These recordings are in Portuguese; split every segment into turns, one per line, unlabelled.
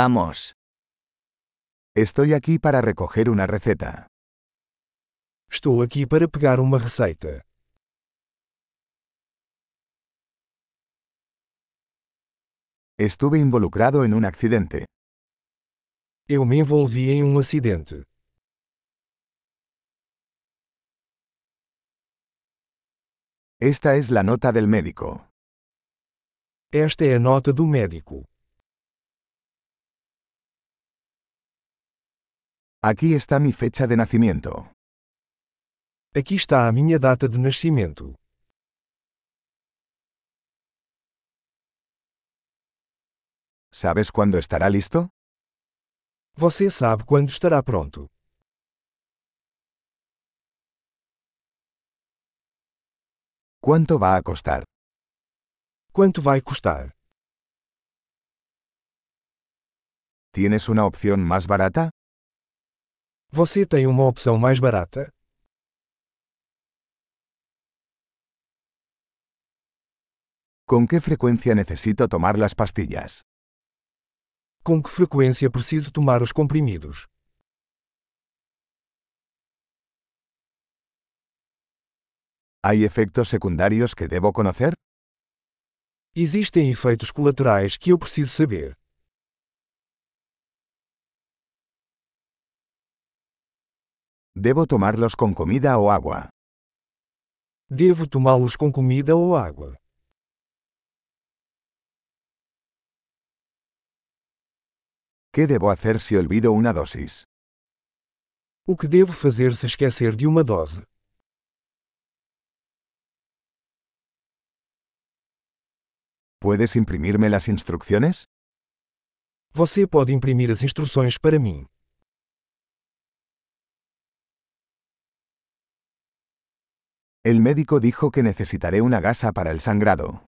Vamos.
Estoy aquí para recoger una receta.
Estou aqui para pegar uma receita.
Estuve involucrado en un accidente.
Eu me envolvi em um acidente.
Esta es la nota del médico.
Esta é a nota do médico.
Aquí está mi fecha de nacimiento.
Aqui está a minha data de nascimento.
¿Sabes cuándo estará listo?
Você sabe quando estará pronto.
¿Cuánto va a costar?
Quanto vai custar?
¿Tienes una opción más barata?
Você tem uma opção mais barata?
¿Con qué frecuencia necesito tomar las pastillas?
Com que frequência preciso tomar os comprimidos?
¿Hay efectos secundarios que debo conocer?
Existem efeitos colaterais que eu preciso saber.
¿Debo tomarlos con comida o agua?
Devo tomá-los com comida ou água?
¿Qué debo hacer si olvido una dosis?
O que devo fazer se esquecer de uma dose?
¿Puedes imprimirme las instrucciones?
Você pode imprimir as instruções para mim.
El médico dijo que necesitaré una gasa para el sangrado.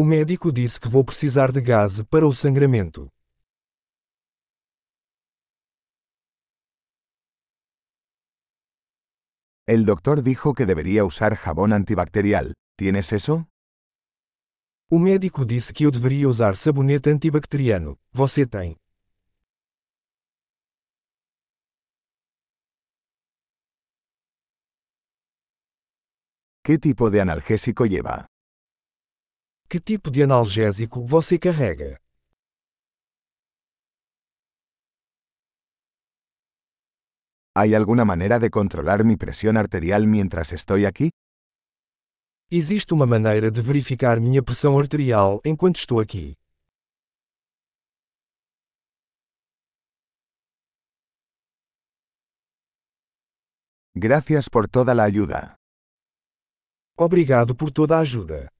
O médico disse que vou precisar de gás para o sangramento.
El doctor dijo que debería usar jabón antibacterial. ¿Tienes eso?
O médico disse que eu deveria usar sabonete antibacteriano. Você tem?
¿Qué tipo de analgésico lleva?
Que tipo de analgésico você carrega?
¿Hay alguna manera de controlar mi presión arterial mientras estoy aquí?
Existe uma maneira de verificar minha pressão arterial enquanto estou aqui.
Gracias por toda la ayuda.
Obrigado por toda a ajuda.